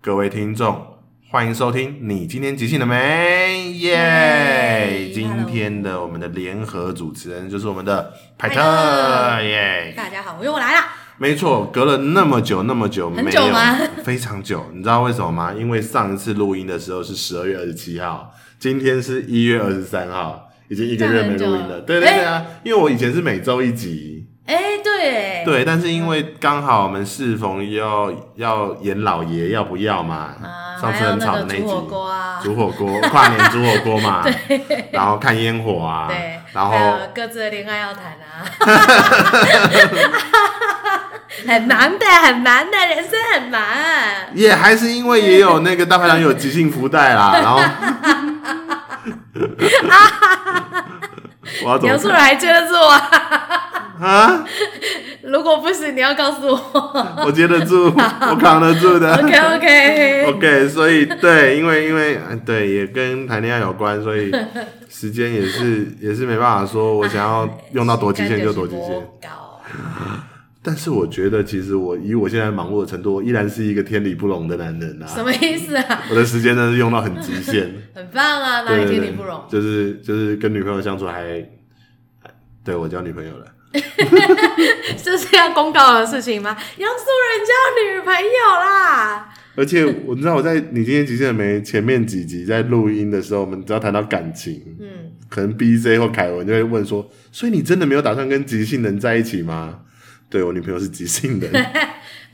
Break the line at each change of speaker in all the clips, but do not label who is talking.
各位听众，欢迎收听。你今天即兴了没？耶、
Hey，
今
hello
天的我们的联合主持人就是我们的派
派
特
特
耶。
大家好，我又来啦。
没错，隔了那么久，那么久没
很
有，
久吗
非常久。你知道为什么吗？因为上一次录音的时候是十二月二十七号，今天是一月二十三号，已经一个月没录音
这样很久
了。
了
对对对啊，因为我以前是每周一集，
哎、对，
对，但是因为刚好我们适逢要要演老爷要不要嘛，
啊，
上
还
次
有
很吵
那
的
个
一
煮火
集。
锅啊，
煮火锅，跨年煮火锅 嘛，然后看烟火啊
对，，
然后
还有各自的恋爱要谈啊， 很忙的，很忙的，人生很忙。
也还是因为也有那个大排档有即兴福袋 啦，然后， 我要怎么
描述人还接得住啊？
啊？
如果不行，你要告诉我。
我接得住，我扛得住的。
OK OK，
OK，所以对，因为因为呃对也跟谈恋爱有关，所以时间也是 也是没办法说我想要用到多极限就多极限。。
搞
但是我觉得，其实我以我现在忙碌的程度，我依然是一个天理不容的男人
什
啊。
么意思啊？
我的时间真的是用到很极限。
很棒啊， 哪
对
里
对
天
对
理不容？
就是就是跟女朋友相处还，还对我交女朋友了。
这是要公告的事情吗？杨素人交女朋友啦，
而且我知道我在你今天极限没前面几集在录音的时候，我们只要谈到感情，
嗯，
可能 B J 或凯文就会问说，所以你真的没有打算跟急性人在一起吗？对我女朋友是急 性人，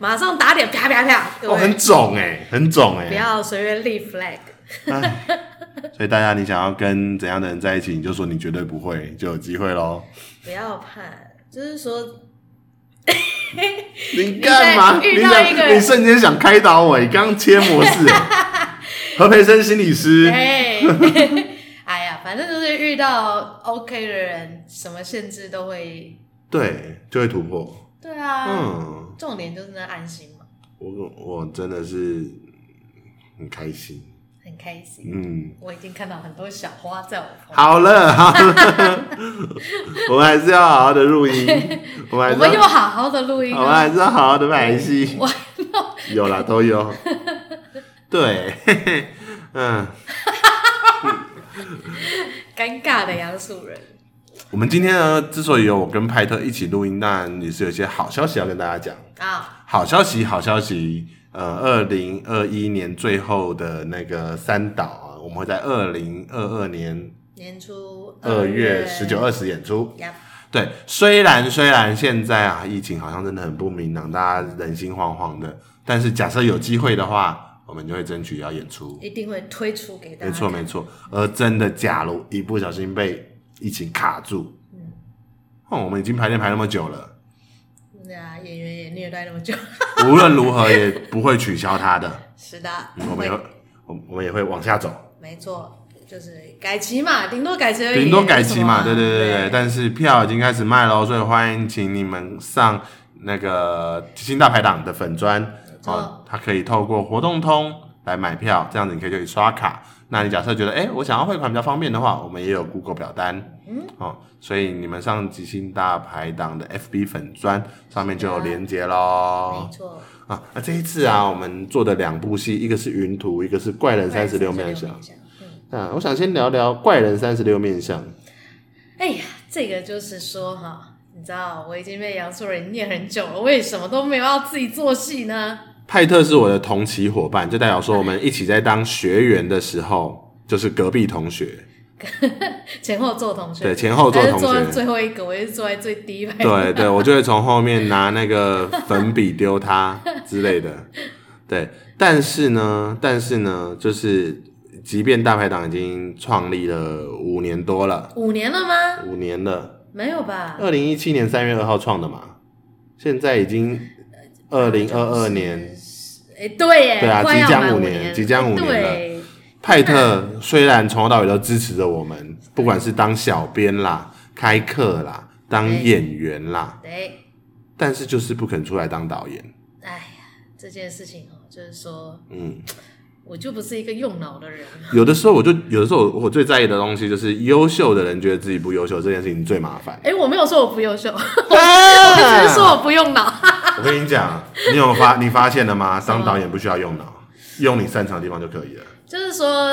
马上打脸，啪啪啪！各
哦，
位，
很肿哎、很肿哎、
不要随便立 flag。
所以大家你想要跟怎样的人在一起，你就说你绝对不会，就有机会喽。
不要怕，就是说，
你干嘛？你
你在遇到一个
想，你瞬间想开导我，你刚切模 式、欸。何培生心理师，
哎、 哎呀，反正就是遇到 OK 的人，什么限制都会，
对，就会突破。
对啊，
嗯。
重点就是那安心嘛，
我我真的是很开心，
很开心。
嗯，
我已经看到很多小花在我 旁边，
好了 好了，我们还是要好好的录音，我们还
我
是
们又
要
好好的录音
我们
啊，
还是要好好的拍戏，
我
有啦都有，对，嘿嘿嗯，
尴尬的杨树人，
我们今天呢，之所以有我跟派特一起录音，当然也是有一些好消息要跟大家讲。
啊，
好消息，好消息！呃，二零二一年最后的那个三岛啊，我们会在二零二二年
年初
二月十九、二十演出。
呀，
对，虽然虽然现在啊，疫情好像真的很不明朗，大家人心惶惶的。但是假设有机会的话，我们就会争取要演出。
一定会推出给大家。
没错，没错。而真的，假如一不小心被疫情卡住，
嗯
哦，我们已经排练排那么久了，
对啊，演员也虐待那么久，
无论如何也不会取消它的。
是的，
嗯我们也会，我我们也会往下走，
没错，就是改期嘛，顶多改期而已，
顶多改期嘛。对
没什么
对
啊
对对。但是票已经开始卖喽，所以欢迎请你们上那个新大排档的粉砖。
错
哦，它可以透过活动通来买票，这样子你可以就可以刷卡。那你假设觉得，哎、我想要汇款比较方便的话，我们也有 Google 表单，嗯，哦，所以你们上吉星大排档的 FB 粉砖上面就有连接喽
没。错，
啊，那这一次啊，我们做的两部戏，一个是《云图》，一个是《怪人三十六面相》。
嗯，
啊，我想先聊聊《怪人三十六面相》。
哎呀，这个就是说哈，你知道我已经被杨树人念很久了，我也什么都没有要自己做戏呢。
派特是我的同期伙伴，就代表
哎
说我们一起在当学员的时候，就是隔壁同学。
前后座同学，
对前后座同学
他是坐在最后一个，我是坐在最低排。
对对，我就会从后面拿那个粉笔丢 他之类的。对，但是呢，但是呢，就是即便大排档已经创立了五年多了，
五年了吗？
五年了，
没有吧？
二零一七年三月二号创的嘛，现在已经
呃
二零二二年。
哎，对耶，
对啊
快要
即将
满
五
五
年即将五年了
对，
派特虽然从头到尾都支持着我们，不管是当小编啦、开课啦、当演员啦，
对，
但是就是不肯出来当导演。
哎呀，这件事情哦，就是说
嗯，
我就不是一个用脑的人。
有的时候我就有的时候我我最在意的东西就是优秀的人觉得自己不优秀这件事情最麻烦。
哎、我没有说我不优 秀，我只
只
是说我不用脑。
我跟你讲，你有发你发现了吗？当导演不需要用脑，用你擅长的地方就可以了。
就是说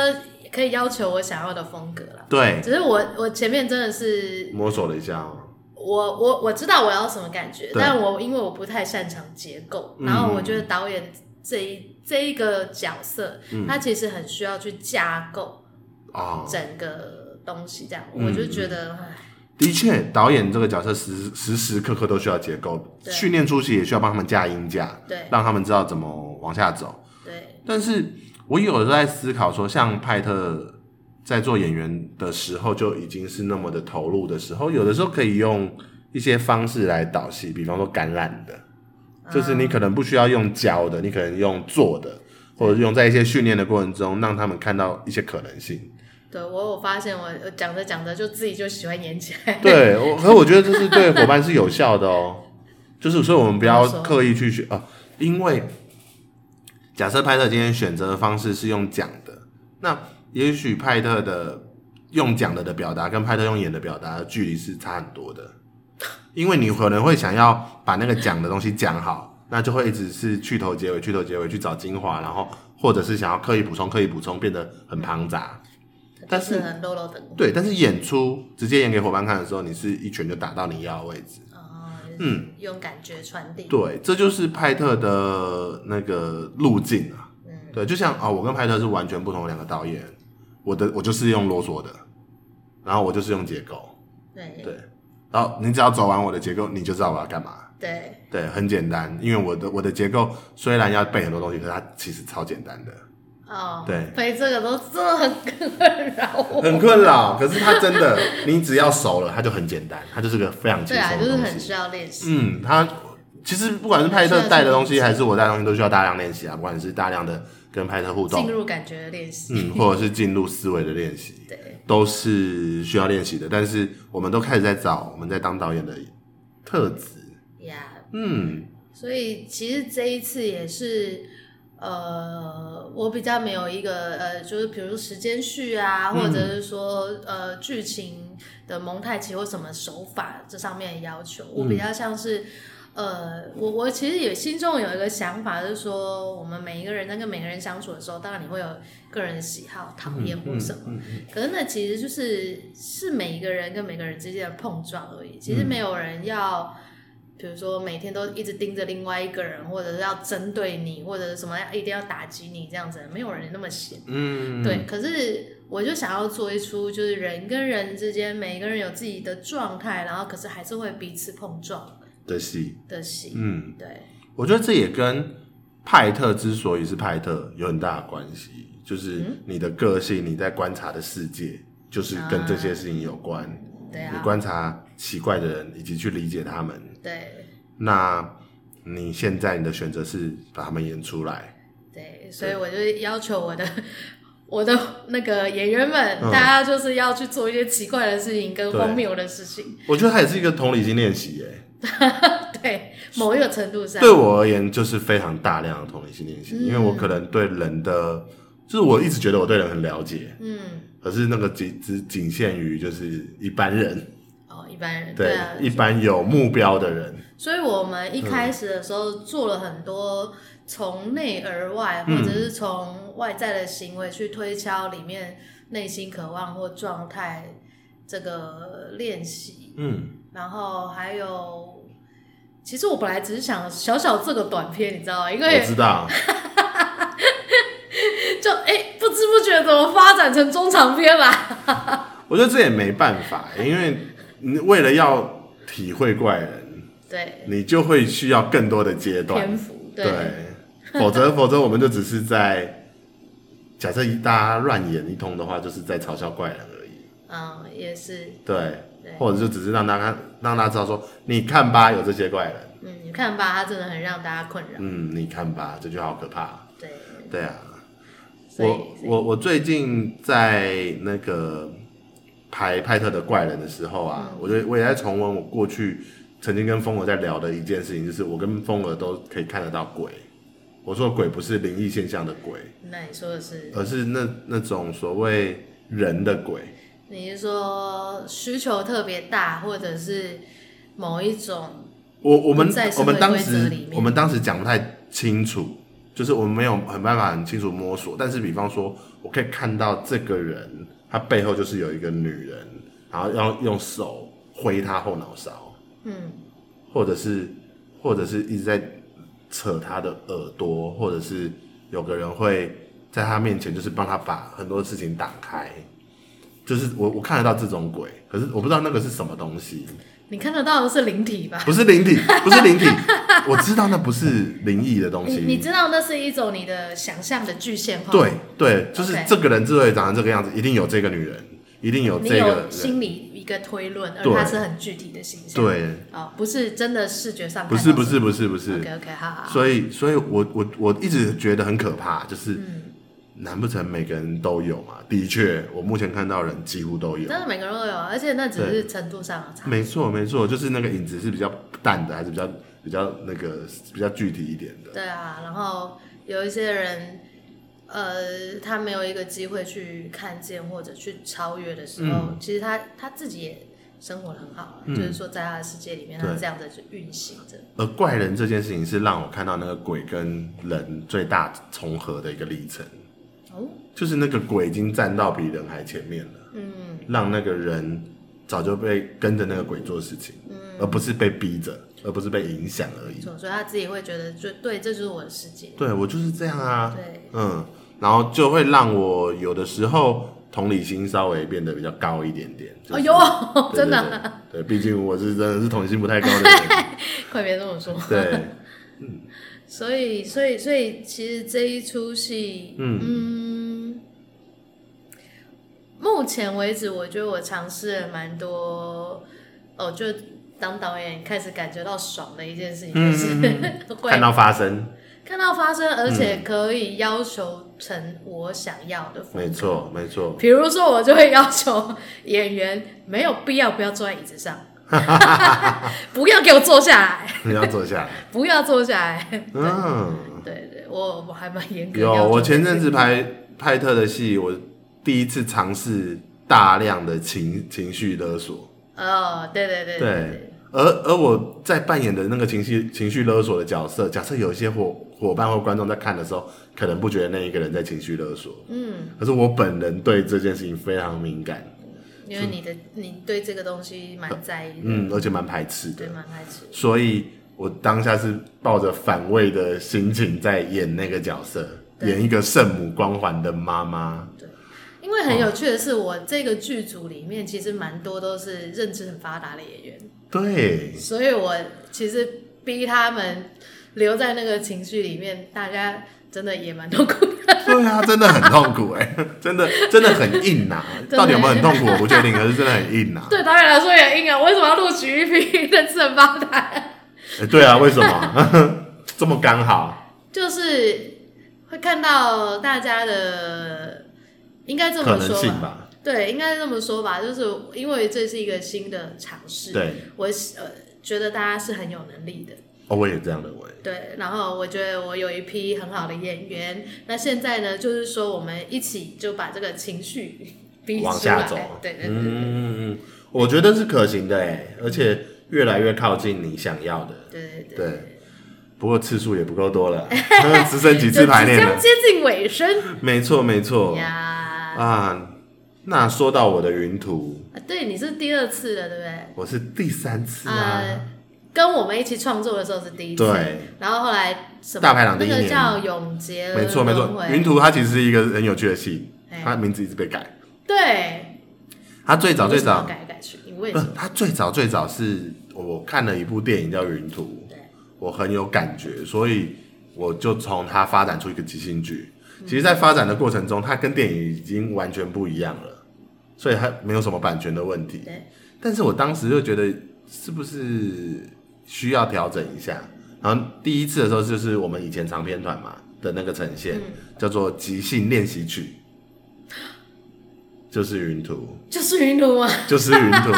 可以要求我想要的风格啦。
对，
只是我我前面真的是
摸索了一下哦。
我我我知道我要什么感觉，
对
但我因为我不太擅长结构，
嗯
然后我觉得导演这一这一个角色，
嗯
他其实很需要去架构
哦，
整个东西，这样、
嗯
我就觉得，唉
的确，导演这个角色时时时刻刻都需要结构，
对
训练出去也需要帮他们架音架，
对
让他们知道怎么往下走。
对，
但是我有在思考说，像派特在做演员的时候就已经是那么的投入的时候，有的时候可以用一些方式来导戏，比方说感染的，就是你可能不需要用教的，你可能用做的，或者是用在一些训练的过程中，让他们看到一些可能性。
对我我发现我我讲着讲着就自己就喜欢演起来，
对，我可我觉得这是对伙伴是有效的哦。就是所以我们不要
怎么说
刻意去学啊、因为假设派特今天选择的方式是用讲的，那也许派特的用讲的的表达跟派特用演的表达的距离是差很多的，因为你可能会想要把那个讲的东西讲好，那就会一直是去头结尾、去头结尾去找精华，然后或者是想要刻意补充、刻意补充，变得很庞杂。但
就是
是
很肉肉的
对，但是演出直接演给伙伴看的时候，你是一拳就打到你要的位置。
啊，
嗯，
用感觉传递，
对，这就是派特的那个路径啊。
嗯，
对，就像啊、我跟派特是完全不同的两个导演。我的我就是用啰嗦的，然后我就是用结构。
对
对，然后你只要走完我的结构，你就知道我要干嘛。
对
对，很简单，因为我的我的结构虽然要背很多东西，可是它其实超简单的，
哦，
对
背这个都真的很困扰我，
很困扰。可是它真的，你只要熟了，它就很简单，它就是个非常轻
对啊，
松
就
的
是
东
很
西。
需要练习。
嗯，他其实不管是派特带的东西，还是我带的东西，都需要大量练习啊。不管是大量的跟派特互
进
动，
入感觉的练习。
嗯，或者是进入思维的练习，
对，
都是需要练习的。但是我们都开始在找我们在当导演的特质。
呀、
嗯，
所以其实这一次也是，呃，我比较没有一个呃，就是比如说时间序啊，
嗯
或者是说呃剧情的蒙太奇或什么手法这上面的要求，我
嗯
比较像是。呃，我我其实也心中有一个想法，就是说，我们每一个人在跟每个人相处的时候，当然你会有个人的喜好、讨厌或什么，
嗯嗯
可是那其实就是是每一个人跟每个人之间的碰撞而已。
嗯
其实没有人要，比如说每天都一直盯着另外一个人，或者是要针对你，或者是什么要一定要打击你这样子，没有人那么闲。
嗯，嗯
对，，可是我就想要做一出，就是人跟人之间，每个人有自己的状态，然后可是还是会彼此碰撞
的戏，
的戏。
嗯。
对，
我觉得这也跟派特之所以是派特有很大的关系，就是
嗯
你的个性，你在观察的世界，就是跟这些事情有关。
对
你
啊，
观察奇怪的人，以及去理解他们。
对
那你现在你的选择是把他们演出来，
对，所以我就要求我的 我的那个演员们，
嗯
大家就是要去做一些奇怪的事情跟
对
荒谬的事情。
我觉得它也是一个同理心练习耶。
对，某一个程度上，
对我而言，就是非常大量的同理心练习，
啊嗯
因为我可能对人的，就是我一直觉得我对人很了解，
嗯，
可是那个仅只仅限于就是一般人。
哦，一般人
对
啊，，
一般有目标的人，
所以我们一开始的时候做了很多从内而外，
嗯
或者是从外在的行为去推敲里面内心渴望或状态这个练习，
嗯，
然后还有。其实我本来只是想小小这个短片，你知道吗？因为
我知道，
就哎、诶不知不觉怎么发展成中长篇啦？
我觉得这也没办法，因为你为了要体会怪人，
对，
你就会需要更多的阶段
篇，幅对
对，否则 否则我们就只是在假设大家乱演一通的话，就是在嘲笑怪人而已，
嗯，也是，
对，
对
或者就只是让大家让大家知道说，你看吧，有这些怪人，
嗯，你看吧，它真的很让大家困扰，
嗯，你看吧，这句话好可怕，
对，
对啊，
所以
我我我最近在那个排派特的怪人的时候啊，
嗯
我就我也在重温我过去曾经跟风儿在聊的一件事情，就是我跟风儿都可以看得到鬼。我说的鬼不是灵异现象的鬼，
那你说的是，
而是那那种所谓人的鬼。
你是说需求特别大，或者是某一种
我我们
在社
我
会
们当
规则
时
里面
我们当时讲不太清楚，就是我们没有很办法很清楚摸索，但是比方说，我可以看到这个人，他背后就是有一个女人，然后要用手挥他后脑勺，
嗯，
或者是或者是一直在扯他的耳朵，或者是有个人会在他面前就是帮他把很多事情挡开，就是我我看得到这种鬼，可是我不知道那个是什么东西，
你看得到的是灵体吧？
不是 灵体，不是灵体，我知道那不是灵异的东
你
西。
你知道那是一种你的想象的具现化，
对，对，就是
，OK
这个人之所以长成这个样子，一定有这个女人，一定有
你
这个
有
人，
心里一个推论，而
对
它是很具体的形象，，
对，
哦，不是真的视觉上看
不
到
是不
什
是
么
不是不是，
，OK OK，好好好，
所以所以我我我一直觉得很可怕，就是
嗯，
难不成每个人都有嘛？的确，我目前看到的人几乎都有
真，的每个人都有，而且那只是程度上的差，
没错没错，就是那个影子是比较淡的，还是比较比较那个比较具体一点的，
对啊，然后有一些人，呃，他没有一个机会去看见或者去超越的时候，
嗯
其实他他自己也生活得很好啊、
嗯
就是说在他的世界里面，他
对
这样子去运行着。
而怪人这件事情是让我看到那个鬼跟人最大重合的一个历程，
哦，
就是那个鬼已经站到比人还前面了。
嗯
让那个人早就被跟着那个鬼做事情，而
嗯，
不是被逼着，而不是被影响而
没
已。
错，所以他自己会觉得，就对，这就是我的世界。
对我就是这样啊，
对，
嗯，然后就会让我有的时候同理心稍微变得比较高一点点。就是
哎呦，
对
真的
对
啊，
对，对毕竟我是真的是同理心不太高的 人，
快别这么说。
对，
所以，所以，所以，其实这一出戏，嗯目前为止，我觉得我尝试了蛮多，哦，就当导演开始感觉到爽的一件事情，
嗯
就是、 会
看到发生，
看到发生，而且可以要求成我想要的风
没
格。
错没错，
比如说，我就会要求演员没有必要不要坐在椅 子上， 不要给我坐下来，
你要坐下来，
不要坐下来。
嗯。
对对，我我还蛮严格
有
要，求
我前
自己
阵子拍派特的戏，我第一次尝试大量的情情绪勒索，
哦，对对对
对而而我在扮演的那个情绪情绪勒索的角色，假设有一些伙伙伴或观众在看的时候，可能不觉得那一个人在情绪勒索，
嗯，
可是我本人对这件事情非常敏感，
因为你的你对这个东西蛮在意的，
嗯，而且蛮排斥的
对，，蛮开始，
所以我当下是抱着反胃的心情在演那个角色，
对
演一个圣母光环的妈妈，
因为很
哦
有趣的是，我这个剧组里面其实蛮多都是认知很发达的演员，
对，
所以我其实逼他们留在那个情绪里面，大家真的也蛮痛苦的。
对啊，真的很痛苦哎、真的真的很硬 呐、
对
到底有没有很痛苦我不确定，可是真的很硬呐、
对导演来说也硬啊，为什么要录取一批 认知很发达？
哎对啊，为什么 这么刚好？
就是会看到大家的，应该这
可
么
能
说
性
吧。
吧，
对，应该这么说吧，就是因为这是一个新的尝试，
对，
我呃觉得大家是很有能力的，
哦，我也这样认为，
对。然后我觉得我有一批很好的演员，那现在呢，就是说我们一起就把这个情绪逼
往
出
下
来
走
对对对对
嗯，我觉得是可行的哎、而且越来越靠近你想要的，
对对
对。不过次数也不够多了， 只剩几次排
就即
练了，
将接近尾声
没错没错
呀。
啊。那说到我的云图，
啊对，你是第二次了，对不对？
我是第三次啊
呃，，跟我们一起创作的时候是第一次，
对。
然后后来什么
大排档第一
那个
年
叫永杰
没错没
轮
错
回，
云图它其实是一个很有趣的戏，
哎
它名字一直被改。
对。
它最早最早，
改来改去，你为什
呃
么？
它最早最早是我看了一部电影叫《云图
对》，
我很有感觉，所以我就从它发展出一个即兴剧。其实，在发展的过程中，它跟电影已经完全不一样了，所以它没有什么版权的问题。
对，
但是我当时就觉得是不是需要调整一下？然后第一次的时候就是我们以前长篇团嘛的那个呈现，
嗯
叫做即兴练习曲，就是云图，
就是云图吗？
就是云 图，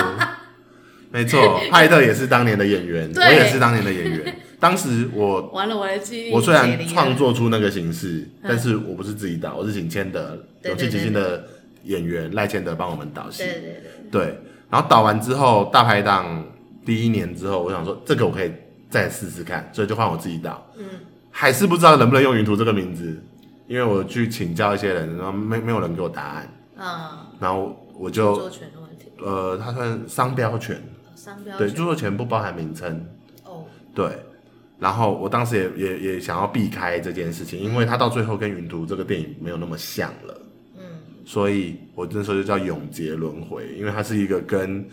没错，派特也是当年的演员，我
对
也是当年的演员。当时 我
完了，我的记忆
我虽
解
然
离了
创，作出那个形式，但是我不是自己导，我是请签的
嗯对
勇气
对
即
对
兴的演员赖千德帮我们导戏
对。对对，
对，然后导完之后，大排档第一年之后，我想说这个我可以再试试看，所以就换我自己导。
嗯，
还是不知道能不能用云图这个名字，因为我去请教一些人，然后没没有人给我答案，
嗯，
然后我
著
就
作权的问题，
呃，它算商标权，
呃商标
对，
权
著作权不包含名称，
哦，
对。然后我当时也也也想要避开这件事情，因为它到最后跟《云图》这个电影没有那么像了，
嗯
所以我那时候就叫永劫轮回，因为它是一个跟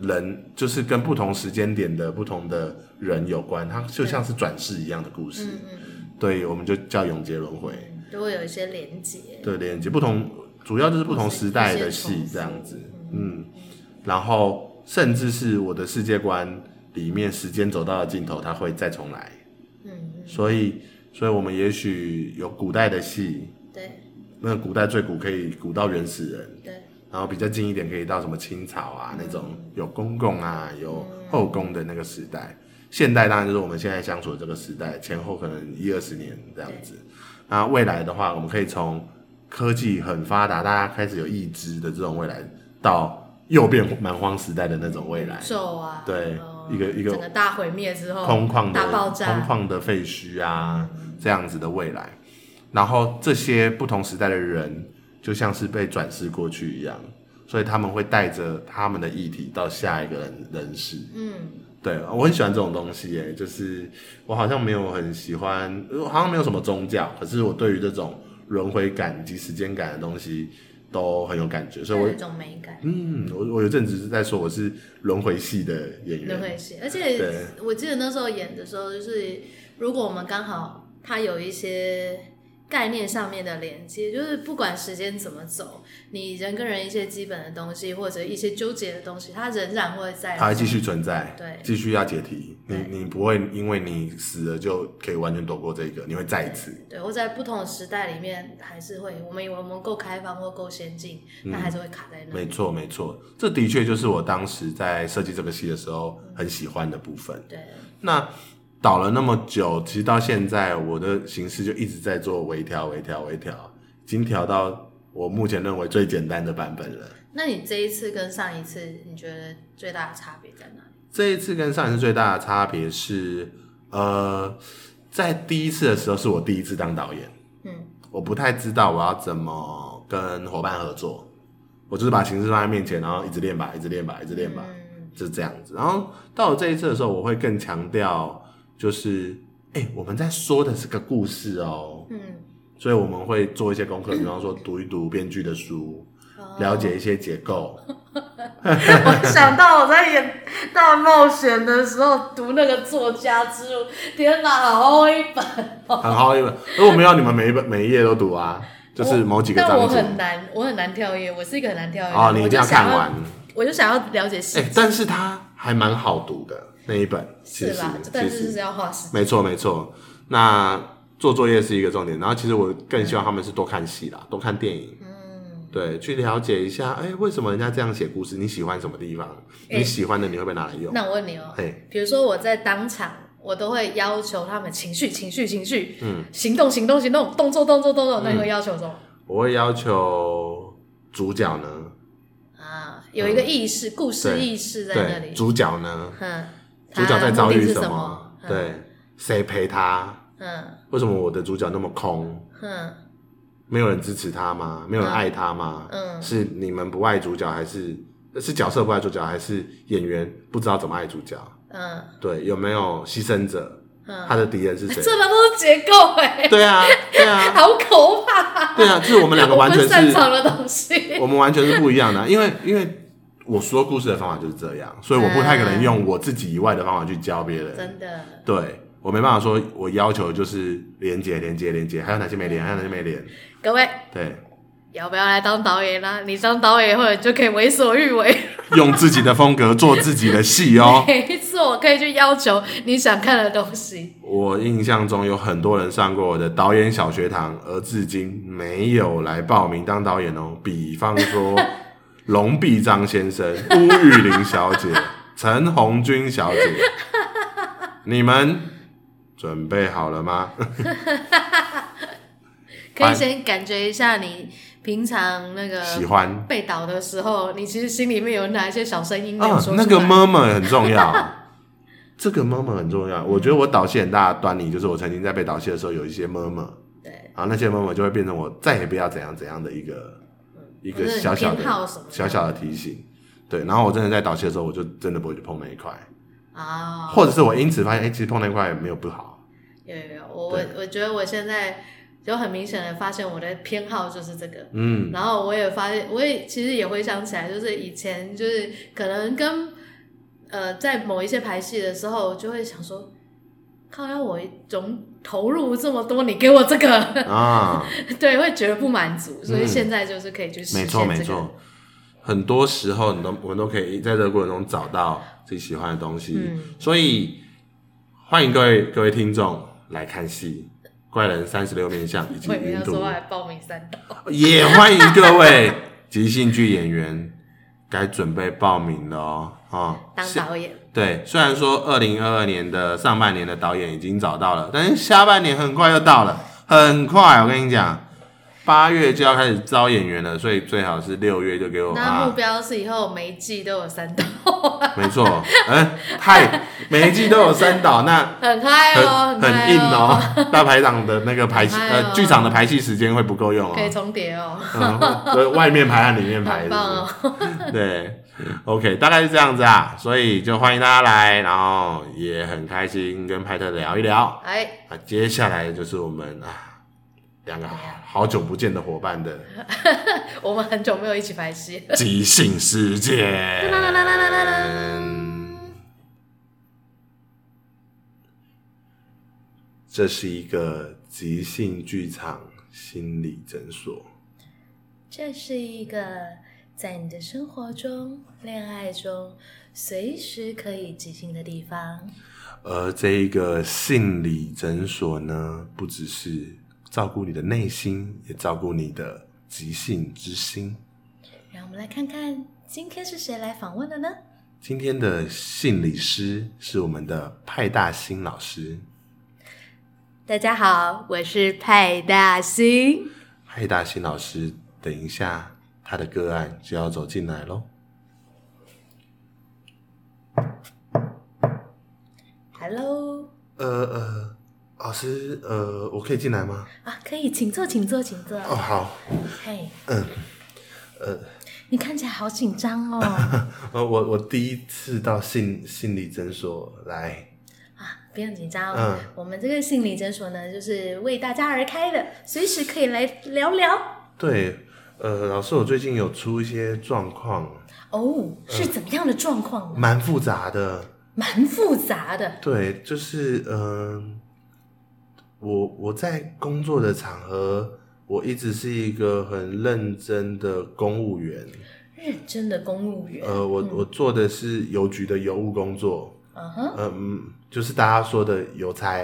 人，就是跟不同时间点的不同的人有关，它就像是转世一样的故事，
嗯嗯
对，我们就叫永劫轮回。
嗯，就会有一些连结，
对，连接不同，主要就是不同时代的戏这样子，嗯，然后甚至是我的世界观里面，时间走到了尽头，它会再重来，
嗯
所以，所以我们也许有古代的戏，
嗯，对
那古代最古可以古到原始人，
对，
然后比较近一点可以到什么清朝啊那种有公共啊有后宫的那个时代。现代当然就是我们现在相处的这个时代，前后可能一二十年这样子。那未来的话，我们可以从科技很发达，大家开始有意知的这种未来，到又变蛮荒时代的那种未来
宇，宙啊，
对
呃
一个一个
整个大毁灭之后，
空旷的
哦大爆炸，
空旷的废墟啊这样子的未来。然后这些不同时代的人，就像是被转世过去一样，所以他们会带着他们的议题到下一个人人世。
嗯
对我很喜欢这种东西耶，就是我好像没有很喜欢，呃好像没有什么宗教，可是我对于这种轮回感以及时间感的东西都很有感觉，所以
有
我
一种美感。
嗯，我我有阵子是在说我是轮回系的演
都
员，
会写，而且
对
我记得那时候演的时候，就是如果我们刚好它有一些概念上面的连接，就是不管时间怎么走，你人跟人一些基本的东西或者一些纠结的东西，它仍然会在。
它还继续存在，
对
继续要解题，你
对
你不会因为你死了就可以完全躲过这个，你会再一次，
对，或在不同的时代里面，还是会我们以为我们够开放或够先进，但还是会卡在
嗯
那。
没错没错，这的确就是我当时在设计这个戏的时候很喜欢的部分。
对，
那导了那么久，其实到现在我的形式就一直在做微调、微调、微调，已经调到我目前认为最简单的版本了。
那你这一次跟上一次，你觉得最大的差别在哪里？
这一次跟上一次最大的差别是，呃，在第一次的时候是我第一次当导演，
嗯
我不太知道我要怎么跟伙伴合作，我就是把形式放在面前，然后一直练吧，一直练吧，一直练吧，
嗯
就这样子。然后到了这一次的时候，我会更强调，就是哎、我们在说的是个故事哦，
嗯，
所以我们会做一些功课，比方说读一读编剧的书，
哦
了解一些结构。
我想到我在演《大冒险》的时候读那个作家之路，天哪，好厚一本，
很好，因为因为我没有你们每一本每一页都读啊，就是某几个
但我
章节
很难，我很难跳页，我是一个很难跳页的人。
哦，你一定要看完。
我就想要，我就想要了解
哎、
细节，
但是它还蛮好读的那一本，其
是
实
吧？
其
但是就
实
是要花时间。
没错没错。那做作业是一个重点，然后其实我更希望他们是多看戏啦，多看电影，
嗯，
对，去了解一下，哎、为什么人家这样写故事？你喜欢什么地方？
哎
你喜欢的你会不会拿来用？
那我问你哦、
嘿
比如说我在当场。我都会要求他们情绪、情绪、情绪，嗯，行动、行动、行动，动作、动作、动
嗯
作，那你会要求什么？
我会要求主角呢，
啊，有一个意识、故事
对
意识在那
对，
里。
主角呢，
嗯，
主角在遭
他的目
遇
的是
什
么
么？？对，谁陪他？
嗯
为什么我的主角那么空？
嗯
没有人支持他吗？没有人爱他吗？
嗯
是你们不爱主角，还是是角色不爱主角，还是演员不知道怎么爱主角？
嗯
对，有没有牺牲者？他
嗯，
的敌人是谁？
这么多结构哎、
对啊，对啊，
好可怕！
对啊，就是我们两个完全
我们擅
是，
长的东西。
我们完全是不一样的啊。因为因为我说故事的方法就是这样，所以我不太可能用我自己以外的方法去教别人。
真的，
对我没办法说，我要求就是连接、连接、连接，还有哪些没连，还有哪些没连？
各位
对。
要不要来当导演啦、你当导演以后，你就可以为所欲为。。
用自己的风格做自己的戏哦
没错，可以去要求你想看的东西。
我印象中有很多人上过我的导演小学堂，而至今没有来报名当导演哦。比方 说龙必章先生、乌玉玲小姐、陈红军小姐，你们准备好了吗？
呃可以先感觉一下你平常那个
喜欢
被导的时候，你其实心里面有哪一些小声音没有
啊
说出，来？
那个 murmur 很重要，这个 murmur 很重要。我觉得我导戏很大的端倪就是我曾经在被导戏的时候有一些 murmur，
对，
啊然后那些 murmur 就会变成我再也不要怎样怎样的一个一
嗯或
个
者你
小小
偏
的
好什么
小小的提醒。对，然后我真的在导戏的时候，我就真的不会去碰那一块，
啊，
或者是我因此发现，哎、其实碰那一块也没有不好。
有有有，我我我觉得我现在就很明显的发现我的偏好就是这个，
嗯，
然后我也发现，我也其实也回想起来，就是以前就是可能跟呃在某一些排戏的时候，我就会想说，靠，要我总投入这么多，你给我这个，
啊，
对，会觉得不满足，所以
嗯
现在就是可以去实现
没
这
错
个
没错，很多时候你都我们都可以在这个过程中找到自己喜欢的东西，
嗯
所以欢迎各位各位听众来看戏。怪人三十六面相以及
我也没
云
有
图
说还报名三档，
也欢迎各位即兴剧演员该准备报名了哦。啊、
当导演，
对，虽然说二零二二年的上半年的导演已经找到了，但是下半年很快就到了，很快我跟你讲，八月就要开始招演员了，所以最好是六月就给我
那目
啊，
标是以后每一季都有三档，
没错， 嗯、太每一季都有三导，那
很嗨哦，
很
嗨
很硬哦，大排档的那个排戏
很嗨
呃
哦
剧场的排戏时间会不够用哦
可，以重叠哦，
嗯，对外面排和里面排，
很棒哦。
对，OK，大概是这样子啊，所以就欢迎大家来，然后也很开心跟派特聊一聊。
哎，
啊，接下来就是我们啊两个好好久不见的伙伴的
我们很久没有一起拍戏。
即兴世界。
啦啦啦啦啦啦
这是一个即兴剧场心理诊所。
这是一个在你的生活中、恋爱中随时可以即兴的地方。
而这一个心理诊所呢，不只是照顾你的内心，也照顾你的即兴之心。
让我们来看看今天是谁来访问的呢？
今天的心理师是我们的派大星老师。
大家好，我是派大星。
派大星老师，等一下他的个案就要走进来喽。
Hello
呃呃，老师，呃，我可以进来吗？
啊，可以，请坐，请坐，请坐。
哦，好，
嘿，
嗯，
你看起来好 紧张哦。
呃，我我第一次到心心理诊所来，
啊，不用紧张，
嗯
我们这个心理诊所呢，就是为大家而开的，随时可以来聊聊。
对，呃，老师，我最近有出一些状况，
哦，是
嗯
怎么样的状况呢？
蛮复杂的。
蛮复杂的。
对，就是嗯、我我在工作的场合，我一直是一个很认真的公务员。
认真的公务员，
呃，我我做的是邮局的邮务工作，
嗯哼，
嗯，就是大家说的邮差。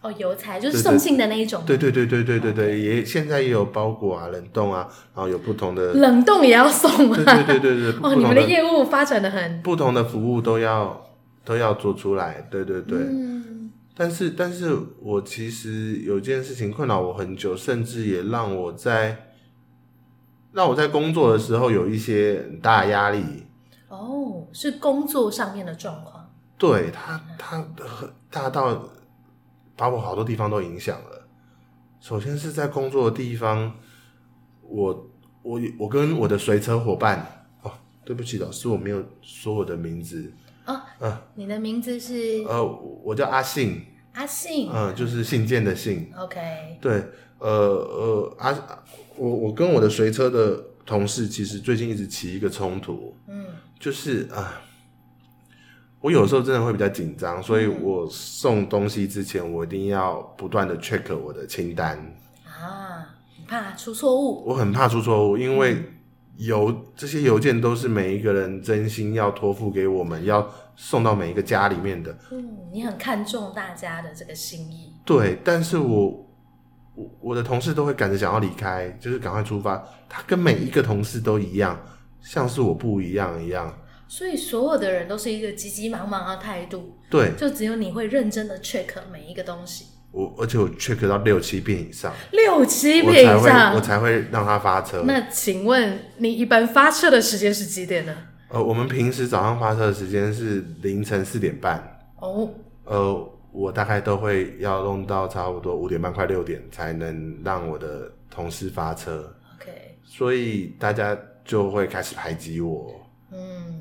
哦，邮差就是
对
送信的那一种，
对对对对对对对，也现在也有包裹啊、冷冻啊，然后有不同的，
冷冻也要送
对
啊。
对对对对，不
哦，你
同
们
的
的业务发展的很，
不同的服务都要都要做出来，对对对。
嗯，
但是，但是我其实有件事情困扰我很久，甚至也让我在让我在工作的时候有一些很大的压力。
哦，是工作上面的状况，
对他，他呃大到把我好多地方都影响了。首先是在工作的地方，我我我跟我的随车伙伴哦，对不起，老师，我没有说我的名字。
哦
呃
你的名字是
呃，我叫阿信，
阿信
嗯、就是信件的信。
，OK，
对，呃呃，阿、我我跟我的随车的同事，其实最近一直起一个冲突，
嗯，
就是啊，我有时候真的会比较紧张，所以
嗯
我送东西之前，我一定要不断的 check 我的清单，
啊，你怕出错误，
我很怕出错误，因为邮这些邮件都是每一个人真心要托付给我们，要送到每一个家里面的，
嗯，你很看重大家的这个心意，
对，但是我我我的同事都会赶着想要离开，就是赶快出发。他跟每一个同事都一样，像是我不一样一样。
所以所有的人都是一个急急忙忙的态度，
对
就只有你会认真的 check 每一个东西，
我，而且我 check 到六七遍以上，
六七
我
遍
才
以
会我
上。
才会让他发车。
那请问你一般发车的时间是几点呢？
呃，我们平时早上发车的时间是凌晨四点半，
哦，
呃，我大概都会要弄到差不多五点半快六点才能让我的同事发车，
OK，
所以大家就会开始排挤我。
嗯，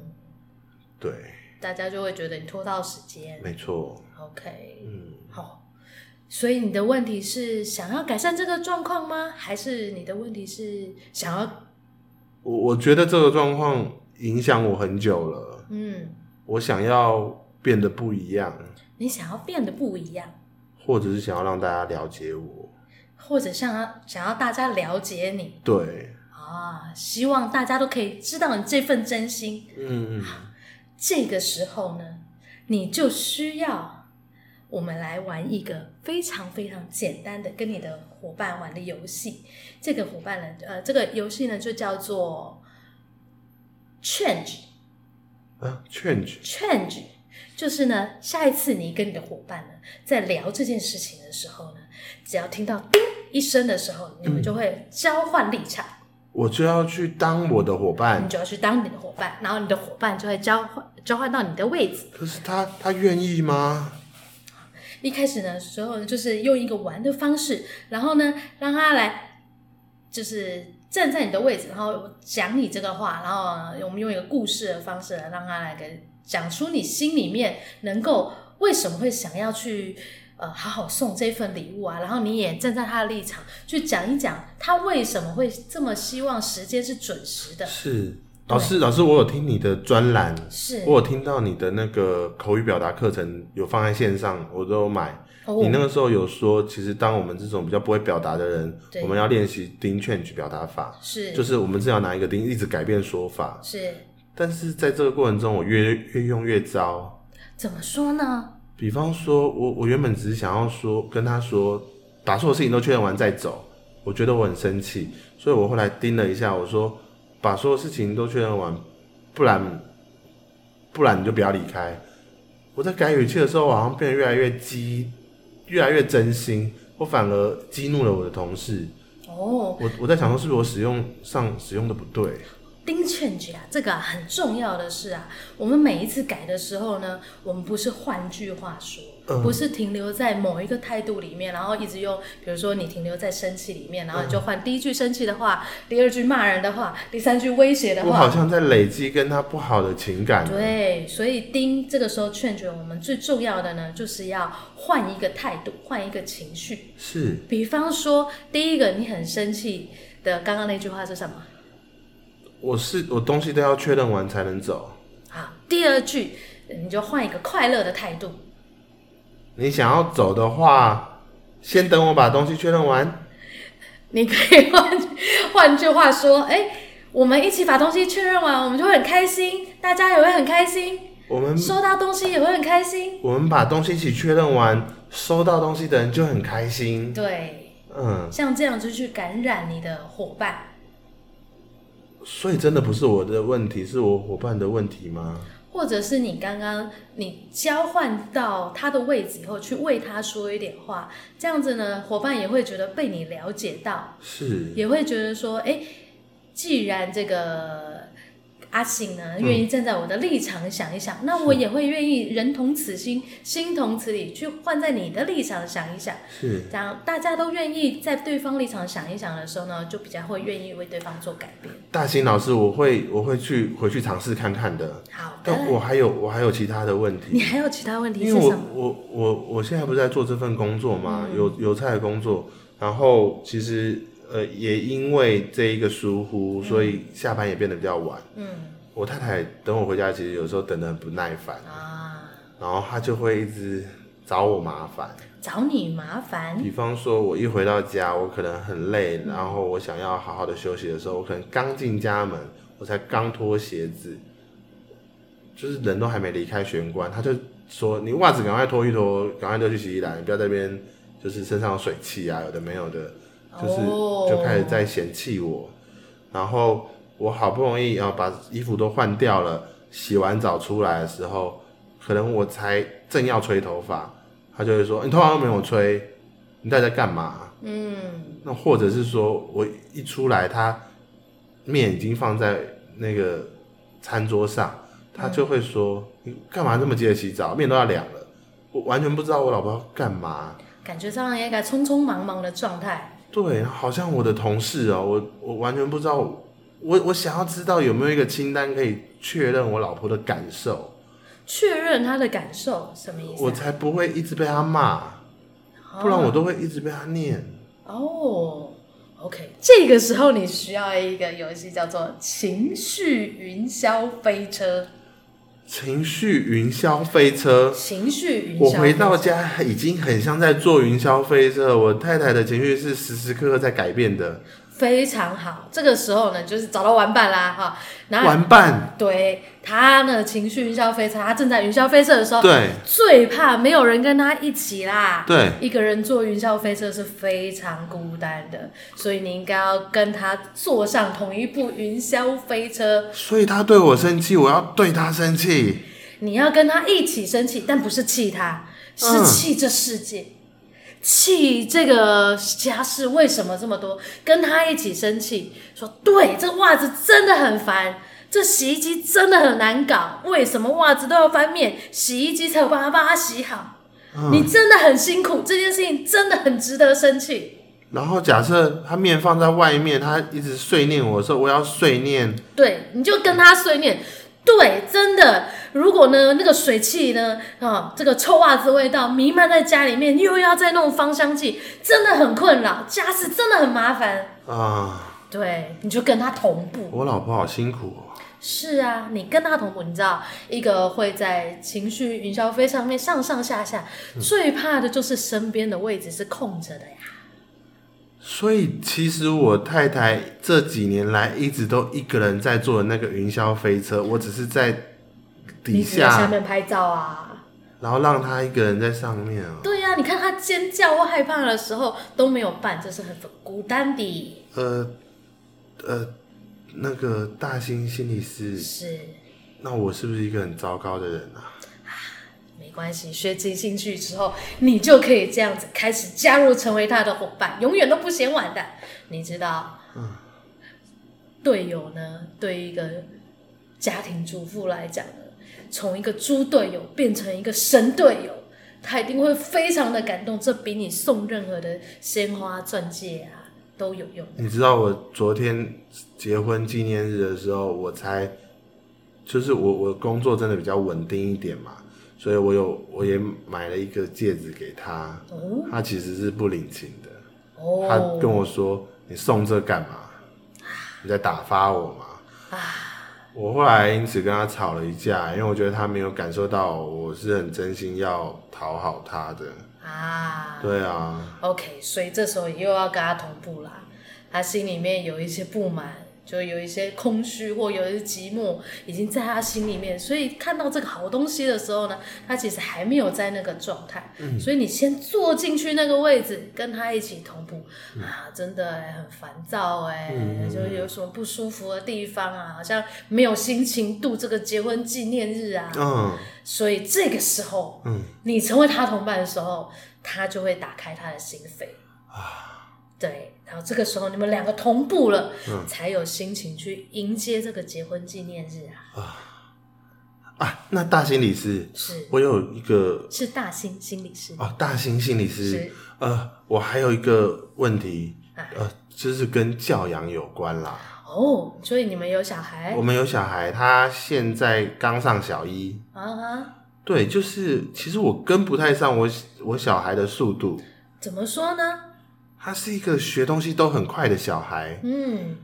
对，
大家就会觉得你拖到时间
没错，
，OK，
嗯，
好。所以你的问题是想要改善这个状况吗？还是你的问题是想要
我我觉得这个状况影响我很久了，
嗯，
我想要变得不一样，
你想要变得不一样，
或者是想要让大家了解我。
或者想要想要大家了解你
对，
啊，希望大家都可以知道你这份真心。
嗯，
这个时候呢，你就需要我们来玩一个非常非常简单的跟你的伙伴玩的游戏。这个伙伴呢，呃，这个游戏呢就叫做 change
啊，change，
change，就是呢，下一次你跟你的伙伴呢在聊这件事情的时候呢，只要听到叮一声的时候，你们就会交换立场。
我就要去当我的伙伴
你，就要去当你的伙伴，然后你的伙伴就会交换交换到你的位置。
可是他他愿意吗？
一开始的时候呢，就是用一个玩的方式，然后呢，让他来就是站在你的位置，然后讲你这个话，然后我们用一个故事的方式来让他来给讲出你心里面能够为什么会想要去。呃，好好送这份礼物啊，然后你也站在他的立场去讲一讲，他为什么会这么希望时间是准时的？
是，老师老师，我有听你的专栏，
是，
我有听到你的那个口语表达课程有放在线上，我都有买。你那
哦、
个时候有说，其实当我们这种比较不会表达的人，
对
我们要练习盯 change 表达法，
是
就是我们只要拿一个钉一直改变说法。
是
但是在这个过程中，我越越用越糟。
怎么说呢？
比方说，我我原本只是想要说跟他说，把所有事情都确认完再走，我觉得我很生气，所以我后来盯了一下，我说把所有事情都确认完，不然不然你就不要离开。我在改语气的时候，我好像变得越来越激，越来越真心，我反而激怒了我的同事。
哦，
我我在想说，是不是我使用上使用的不对？
丁劝举啊，这个、啊、很重要的是啊，我们每一次改的时候呢，我们不是换句话说，
嗯
不是停留在某一个态度里面，然后一直用，比如说你停留在生气里面，然
嗯
后你就换第一句生气的话，第二句骂人的话，第三句威胁的
我好
话。
像在累积跟他不好的情感。
对，所以丁这个时候劝绝我们最重要的呢，就是要换一个态度，换一个情绪。
是
比方说，第一个你很生气的刚刚那句话是什么？
我是我东西都要确认完才能走。
好，第二句你就换一个快乐的态度。
你想要走的话，先等我把东西确认完。
你可以换 换句话说，哎、我们一起把东西确认完，我们就会很开心，大家也会很开心，
我们
收到东西也会很开心。
我们把东西一起确认完，收到东西的人就很开心。
对，
嗯，
像这样就去感染你的伙伴，
所以真的不是我的问题，是我伙伴的问题吗？
或者是你刚刚你交换到他的位置以后，去为他说一点话，这样子呢，伙伴也会觉得被你了解到，
是，
也会觉得说，哎、既然这个阿信呢
嗯
愿意站在我的立场想一想，那我也会愿意人同此心，心同此理，去换在你的立场想一想。
是
这样大家都愿意在对方立场想一想的时候呢，就比较会愿意为对方做改变。
大兴老师，我会我会去回去尝试看看的。
好
但
的，
我还有我还有其他的问题
你。还有其他问题
因
是
为
什
我
么？嗯
我我我现在不是在做这份工作嘛，邮邮差的工作，然后其实呃也因为这一个疏忽，所以下班也变得比较晚。
嗯
我太太等我回家，其实有时候等得很不耐烦，
啊，
然后她就会一直找我麻烦。
找你麻烦
比方说，我一回到家，我可能很累，然后我想要好好的休息的时候，我可能刚进家门，我才刚脱鞋子，就是人都还没离开玄关，他就说：“你袜子赶快脱一脱，赶快丢去洗衣篮，你不要在那边就是身上有水汽啊，有的没有的，就是
哦
就开始在嫌弃我。然后我好不容易啊把衣服都换掉了，洗完澡出来的时候，可能我才正要吹头发，他就会说：“你头发都没有吹，你到底在干嘛
嗯？”
那或者是说我一出来，他面已经放在那个餐桌上，他就会说：“你干嘛这么急着洗澡？面都要凉了。”我完全不知道我老婆要干嘛。
感觉上应该匆匆忙忙的状态。
对，好像我的同事哦，我我完全不知道，我我想要知道有没有一个清单可以确认我老婆的感受，
确认他的感受什么意思啊、
我才不会一直被她骂，不然我都会一直被她念。
哦，OK，这个时候你需要一个游戏叫做情绪云霄飞车。
情绪云霄飞车，
情绪云霄
我
飞车，
回到家已经很像在坐云霄飞车，我太太的情绪是时时刻刻在改变的。
非常好。这个时候呢，就是找到玩伴啦，哈，然后
玩伴，
对他呢，情绪云霄飞车，他正在云霄飞车的时候，
对
最怕没有人跟他一起啦。
对，
一个人坐云霄飞车是非常孤单的，所以你应该要跟他坐上同一部云霄飞车，
所以她对我生气，我要对她生气。
你要跟他一起生气，但不是气他，是
嗯
气这世界，气这个家事为什么这么多？跟他一起生气，说对，这袜子真的很烦，这洗衣机真的很难搞，为什么袜子都要翻面，洗衣机才有办法把它洗好？你真的很辛苦，这件事情真的很值得生气。
然后假设她面放在外面，她一直碎念我说我要碎念，
对，你就跟他碎念。对，真的，如果呢那个水汽呢，啊，这个臭袜子味道弥漫在家里面，又要再弄芳香剂，真的很困扰，家事真的很麻烦。
啊，
对，你就跟他同步。
我老婆好辛苦、哦。
是啊，你跟他同步，你知道，一个会在情绪云霄飞上面上上下下，最怕的就是身边的位置是空着的呀。
所以其实我太太这几年来一直都一个人在坐那个云霄飞车，我只是在底
你只能下
下，
面拍照啊，
然后让她一个人在上面哦。
对呀、你看他尖叫或害怕的时候都没有伴，这是很孤单的。
呃呃，那个大兴心理师，
是，
那我是不是一个很糟糕的人啊？
没关系，学习兴趣之后，你就可以这样子开始加入，成为他的伙伴，永远都不嫌晚的。你知道，
嗯，
队友呢，对于一个家庭主妇来讲呢，从一个猪队友变成一个神队友，他一定会非常的感动，这比你送任何的鲜花、钻戒啊都有用。
你知道我昨天结婚纪念日的时候，我才就是我我工作真的比较稳定一点嘛，所以我有我也买了一个戒指给她，
哦
她其实是不领情的。他跟
哦
我说：“你送这干嘛？你在打发我吗？”
啊
我后来因此跟他吵了一架，因为我觉得他没有感受到我是很真心要讨好他的。
啊，
对啊，
OK，所以这时候又要跟他同步啦。他心里面有一些不满，就有一些空虚或有一些寂寞，已经在他心里面。所以看到这个好东西的时候呢，他其实还没有在那个状态。
嗯
所以你先坐进去那个位置，跟他一起同步、啊，真的、欸、很烦躁哎、就有什么不舒服的地方啊，好像没有心情度这个结婚纪念日啊。
嗯
所以这个时候，
嗯，
你成为他同伴的时候，他就会打开他的心扉
啊
对，然后这个时候你们两个同步了，
嗯
才有心情去迎接这个结婚纪念日啊，
啊，那大心理师，
是
我有一个
是大兴心理师
哦，大心心理师
是，
呃，我还有一个问题，
啊，
呃，就是跟教养有关啦。
哦，所以你们有小孩
我们有小孩，他现在刚上小一，
啊哈？
对，就是其实我跟不太上我我小孩的速度，
怎么说呢？
他是一个学东西都很快的小孩，
嗯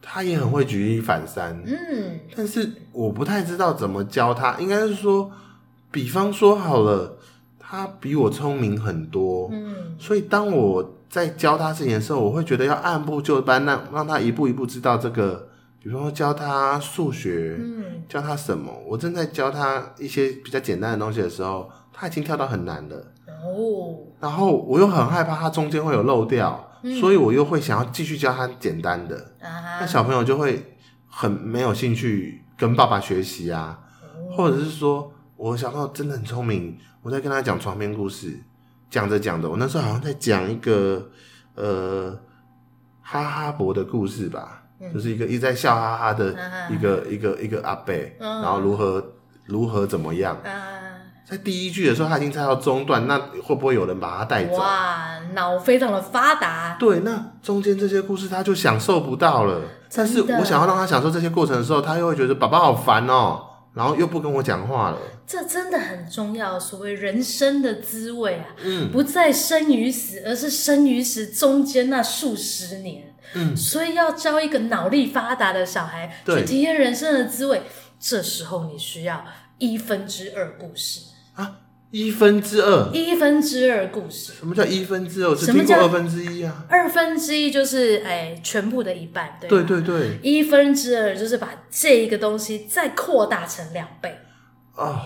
他也很会举一反三，
嗯，
但是我不太知道怎么教他。应该是说，比方说好了，他比我聪明很多，
嗯，
所以当我在教他事情的时候，我会觉得要按部就班，让让他一步一步知道这个。比方说教他数学，
嗯，
教他什么？我正在教他一些比较简单的东西的时候，他已经跳到很难了。
哦，
然后我又很害怕它中间会有漏掉，
嗯
所以我又会想要继续教他简单的，
啊
那
哈，
小朋友就会很没有兴趣跟爸爸学习啊，
哦
或者是说我小朋友真的很聪明，我在跟他讲床边故事，讲着讲着，我那时候好像在讲一个呃哈哈伯的故事吧，
嗯
就是一个一直在笑哈哈的
啊
一个一个一个阿伯，
嗯
然后如何如何怎么样，
啊，
在第一句的时候他已经猜到中段，那会不会有人把他带走？
哇，脑非常的发达，
对，那中间这些故事他就享受不到了。但是
真的
我想要让他享受这些过程的时候，他又会觉得爸爸好烦哦，然后又不跟我讲话了。
这真的很重要。所谓人生的滋味啊，
嗯
不在生与死，而是生与死中间那数十年。
嗯，
所以要教一个脑力发达的小孩
对
去体验人生的滋味，这时候你需要一分之二故事，
啊，一分之二，
一分之二故事，
什么叫一分之二？我只
什么
听过
叫
二分之一啊。
二分之一就是哎全部的一半，对吧啊
对对对，
一分之二就是把这一个东西再扩大成两倍。
哦，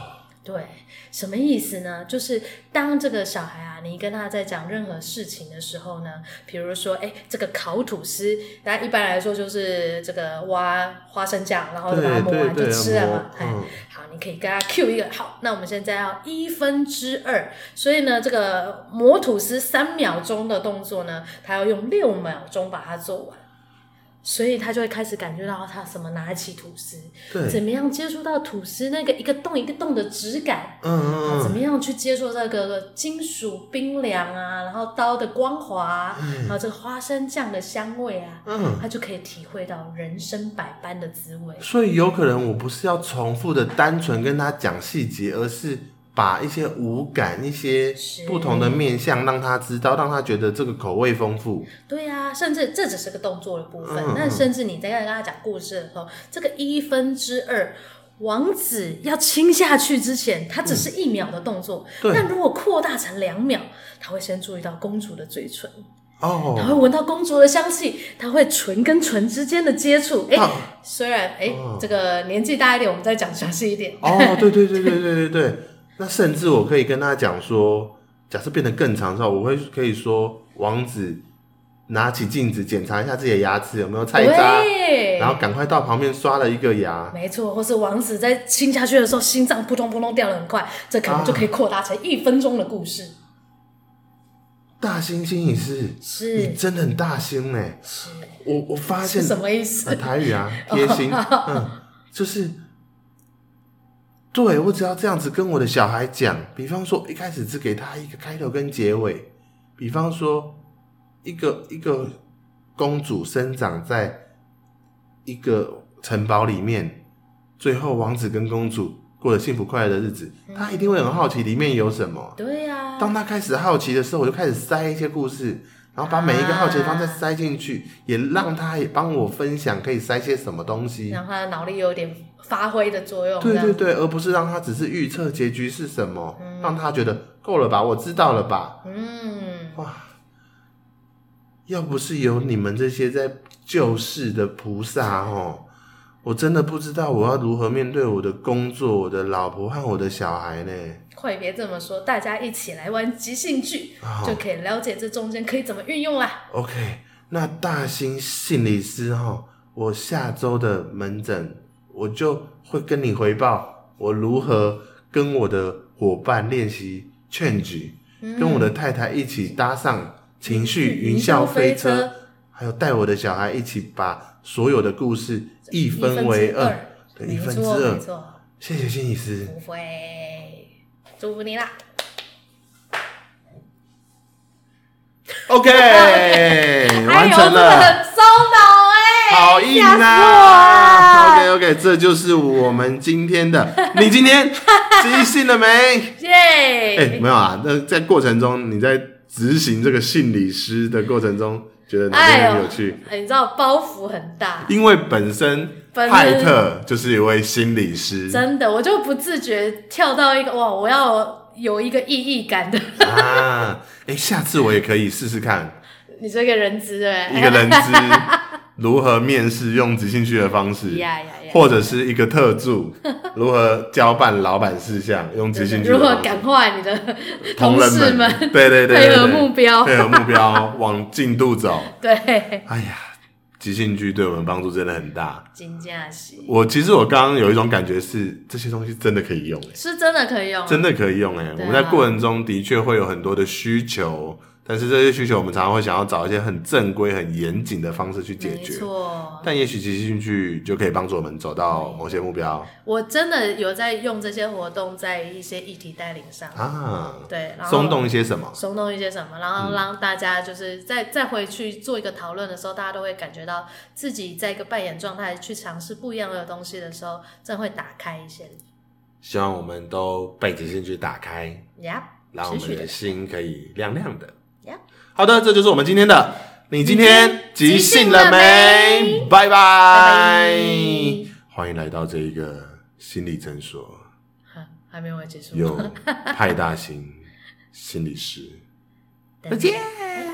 对，什么意思呢？就是当这个小孩啊，你跟他在讲任何事情的时候呢，比如说，哎，这个烤吐司，大家一般来说就是这个挖花生酱，然后把它
对
磨
对
完就
对，
吃了嘛。哎，
嗯，
好，你可以跟他 Q 一个。好，那我们现在要一分之二，所以呢，这个磨吐司三秒钟的动作呢，他要用六秒钟把它做完，所以他就会开始感觉到他怎么拿起吐司，怎
对，
么样接触到吐司那个一个洞一个洞的质感。
嗯
啊
嗯
怎
嗯，
么样去接触这个呃金属冰凉啊，然后刀的光滑、啊，然后这个花生酱的香味啊，
嗯，
他就可以体会到人生百般的滋味。
所以有可能我不是要重复的单纯跟他讲细节，而是把一些五感、一些
是
不同的面相让他知道，让他觉得这个口味丰富。
对呀、甚至这只是个动作的部分。
嗯
那甚至你在跟他讲故事的时候，这个一分之二，王子要亲下去之前，它只是一秒的动作。
嗯对
但如果扩大成两秒，他会先注意到公主的嘴唇，他会
哦，
闻到公主的香气，他会唇跟唇之间的接触。哎、
到
虽然哎、
哦
这个年纪大一点，我们再讲详细一点。
哦，对对对对对对对。那甚至我可以跟他讲说，假设变得更长之后，我会可以说，王子拿起镜子检查一下自己的牙齿有没有菜渣，
对，
然后赶快到旁边刷了一个牙。
没错，或是王子在亲下去的时候，心脏扑通扑通掉的很快，这
啊
可能就可以扩大成一分钟的故事。
大猩猩也是，你
是
真的很大猩哎、
是，
我我发现
是什么意思？
呃台语啊，贴心，嗯，就是。对，我只要这样子跟我的小孩讲，比方说一开始只给他一个开头跟结尾，比方说一个一个公主生长在一个城堡里面，最后王子跟公主过了幸福快乐的日子，他一定会很好奇里面有什么。
对啊呀、
当他开始好奇的时候，我就开始塞一些故事，然后把每一个好奇的方再塞进去，也让他也帮我分享可以塞些什么东西。
让他的脑力有点发挥的作用。
对
这样
对对，而不是让他只是预测结局是什么，让他觉得够了吧，我知道了吧。
嗯，
哇，要不是有你们这些在救世的菩萨哦，我真的不知道我要如何面对我的工作、我的老婆和我的小孩呢。
快别这么说，大家一起来玩即兴剧，
啊
就可以了解这中间可以怎么运用啦。
OK，那大兴心理师哈，我下周的门诊我就会跟你回报我如何跟我的伙伴练习劝举，
嗯
跟我的太太一起搭上情绪云霄嗯飞车，还有带我的小孩一起把所有的故事一分为二，对，一
没
分之
错没
二。
错，
谢谢心理师。
不会，祝福你啦。
OK，完成
哎
了
呦，。这个很烧脑哎、
好硬
吓死
啊
我
！OK OK，这就是我们今天 的。你今天即兴了没？
耶、
哎、没有啊。那在过程中，你在执行这个心理师的过程中，觉得哪
哎
边
呦
很有趣？
哎你知道包袱很大，
因为本身
本身
派特就是一位心理师
真的，我就不自觉跳到一个哇，我要有一个意义感的，
啊。哎、下次我也可以试试 看
你这个人资对不对
一个人资如何面试用即兴剧的方 式。
哎呀呀呀，
或者是一个特助如何交办老板事项，用即兴剧的
如何
方式
感化你的
同
同
仁
事们
对对对对
配合
对
目标
配合目标往进度 走。
对，
哎呀，即兴剧对我们帮助真的很大。
金佳喜
我其实我刚刚有一种感觉是，这些东西真的可以用、
哦
欸，
是真的可以用，啊
真的可以用哎、我们在过程中的确会有很多的需求，但是这些需求，我们常常会想要找一些很正规、很严谨的方式去解
没
决。
错，
但也许即兴剧就可以帮助我们走到某些目标
我真的有在用这些活动在一些议题带领上，
啊，
对，然后
松动一些什么。
松动一些什么，然后让大家就是再再回去做一个讨论的时候，大家都会感觉到自己在一个扮演状态去尝试不一样的东西的时候，真的会打开一些。
希望我们都被即兴剧打开，
呀、
让我
持续
们
的
的心可以亮亮的。
呀、
好的，这就是我们今天的。你今天即兴了
即
没？拜拜
拜拜。
欢迎来到这一个心理诊所，
哈还没有结束。
有派大星心理师。再见。